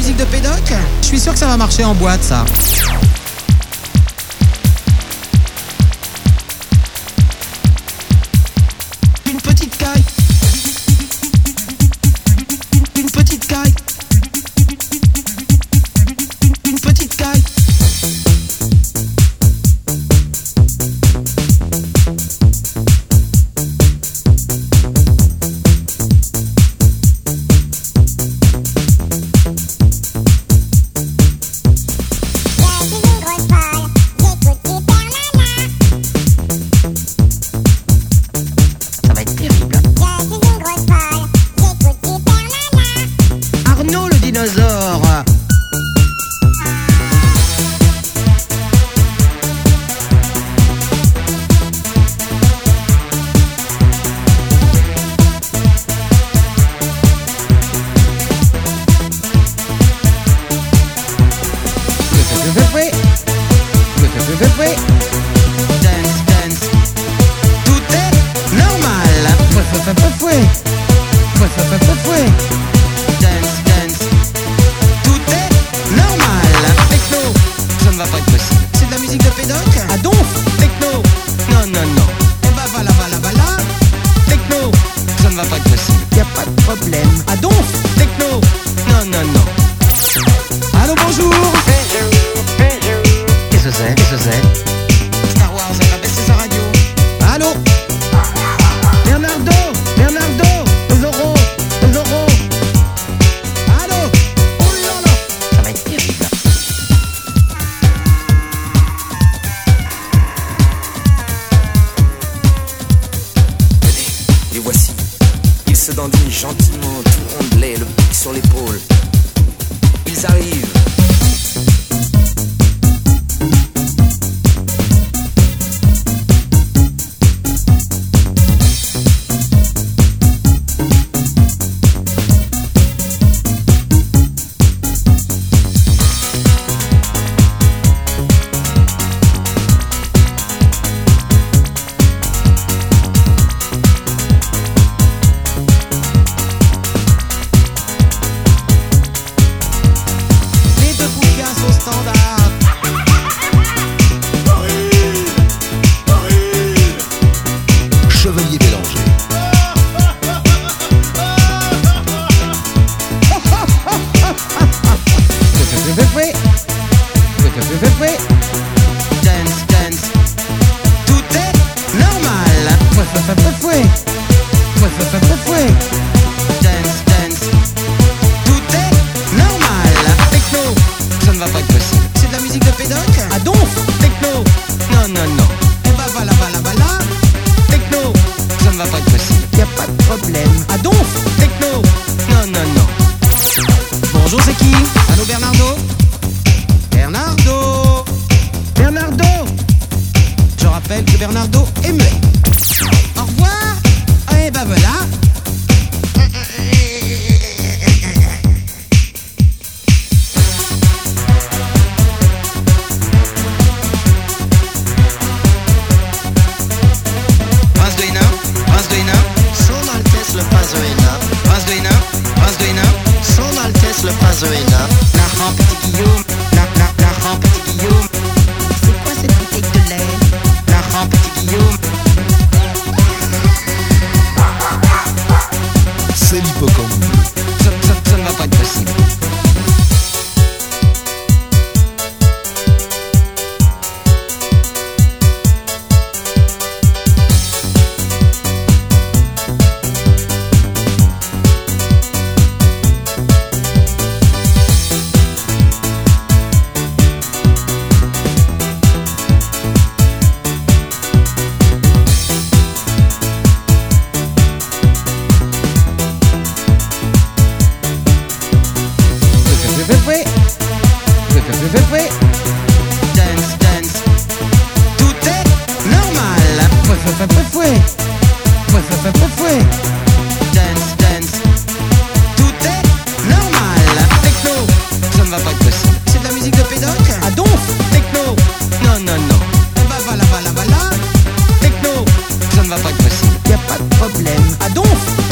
musique. Je suis sûr que ça va marcher en boîte, ça. Une petite caille. Une petite caille. Une petite caille. La fille d'une grosse polle, j'écoute Super Nana. Ça va être terrible. Je suis une grosse polle, j'écoute Super Nana. Arnaud le dinosaure. Dance, dance. Tout est normal. Dance, dance. Tout est normal. Techno, ça ne va pas être possible. C'est de la musique de pédoc Ah donc, techno. Non, non, non. Eh bah voilà, voilà, voilà. Techno, ça ne va pas être possible. Y a pas de problème. Ah donc Techno, non, non, non. Allô, bonjour Qu'est-ce que c'est Qu'est-ce que c'est Star Wars a baissé sa radio. Allô Bernardo Bernardo Les oraux Les oraux Allô Oh là là Ça va être terrible. Tenez, les voici. Ils se dandinent gentiment, tout ondelés, le pic sur l'épaule. Ils arrivent. Les deux bouquins sont standards. Chevalier Bélanger. Dance, dance. Tout est normal. Dance, dance. Tout est normal. Techno, ça ne va pas être possible. C'est de la musique de pédoc Ah donc, techno. Non, non, non. ben, Eh bah voilà, voilà, voilà. Techno, ça ne va pas être possible. Y a pas de problème. Ah donc Techno, non, non, non. Bonjour, c'est qui Allô, Bernardo Bernardo Bernardo Je rappelle que Bernardo est muet. Au revoir Eh ben voilà Prince de Hénin, Prince de Hénin, Son Altesse le Pazoéna, Prince de Hénin, Prince de Hénin. Son Altesse le Pazoéna, La rampe petit Guillaume, la, la, la rampe petit Guillaume. C'est quoi cette bouteille de lait La rampe petit Guillaume. C'est l'hippocampe bleu. Ça, ça, ça ne va pas être possible. Dance, dance. Tout est normal. Dance, dance. Tout est normal. Techno, ça ne va pas être possible. C'est de la musique de pédoc Ah donc Techno, non, non, non. Eh ben voilà, voilà, voilà. Techno, ça ne va pas être possible. Y a pas de problème. Ah donc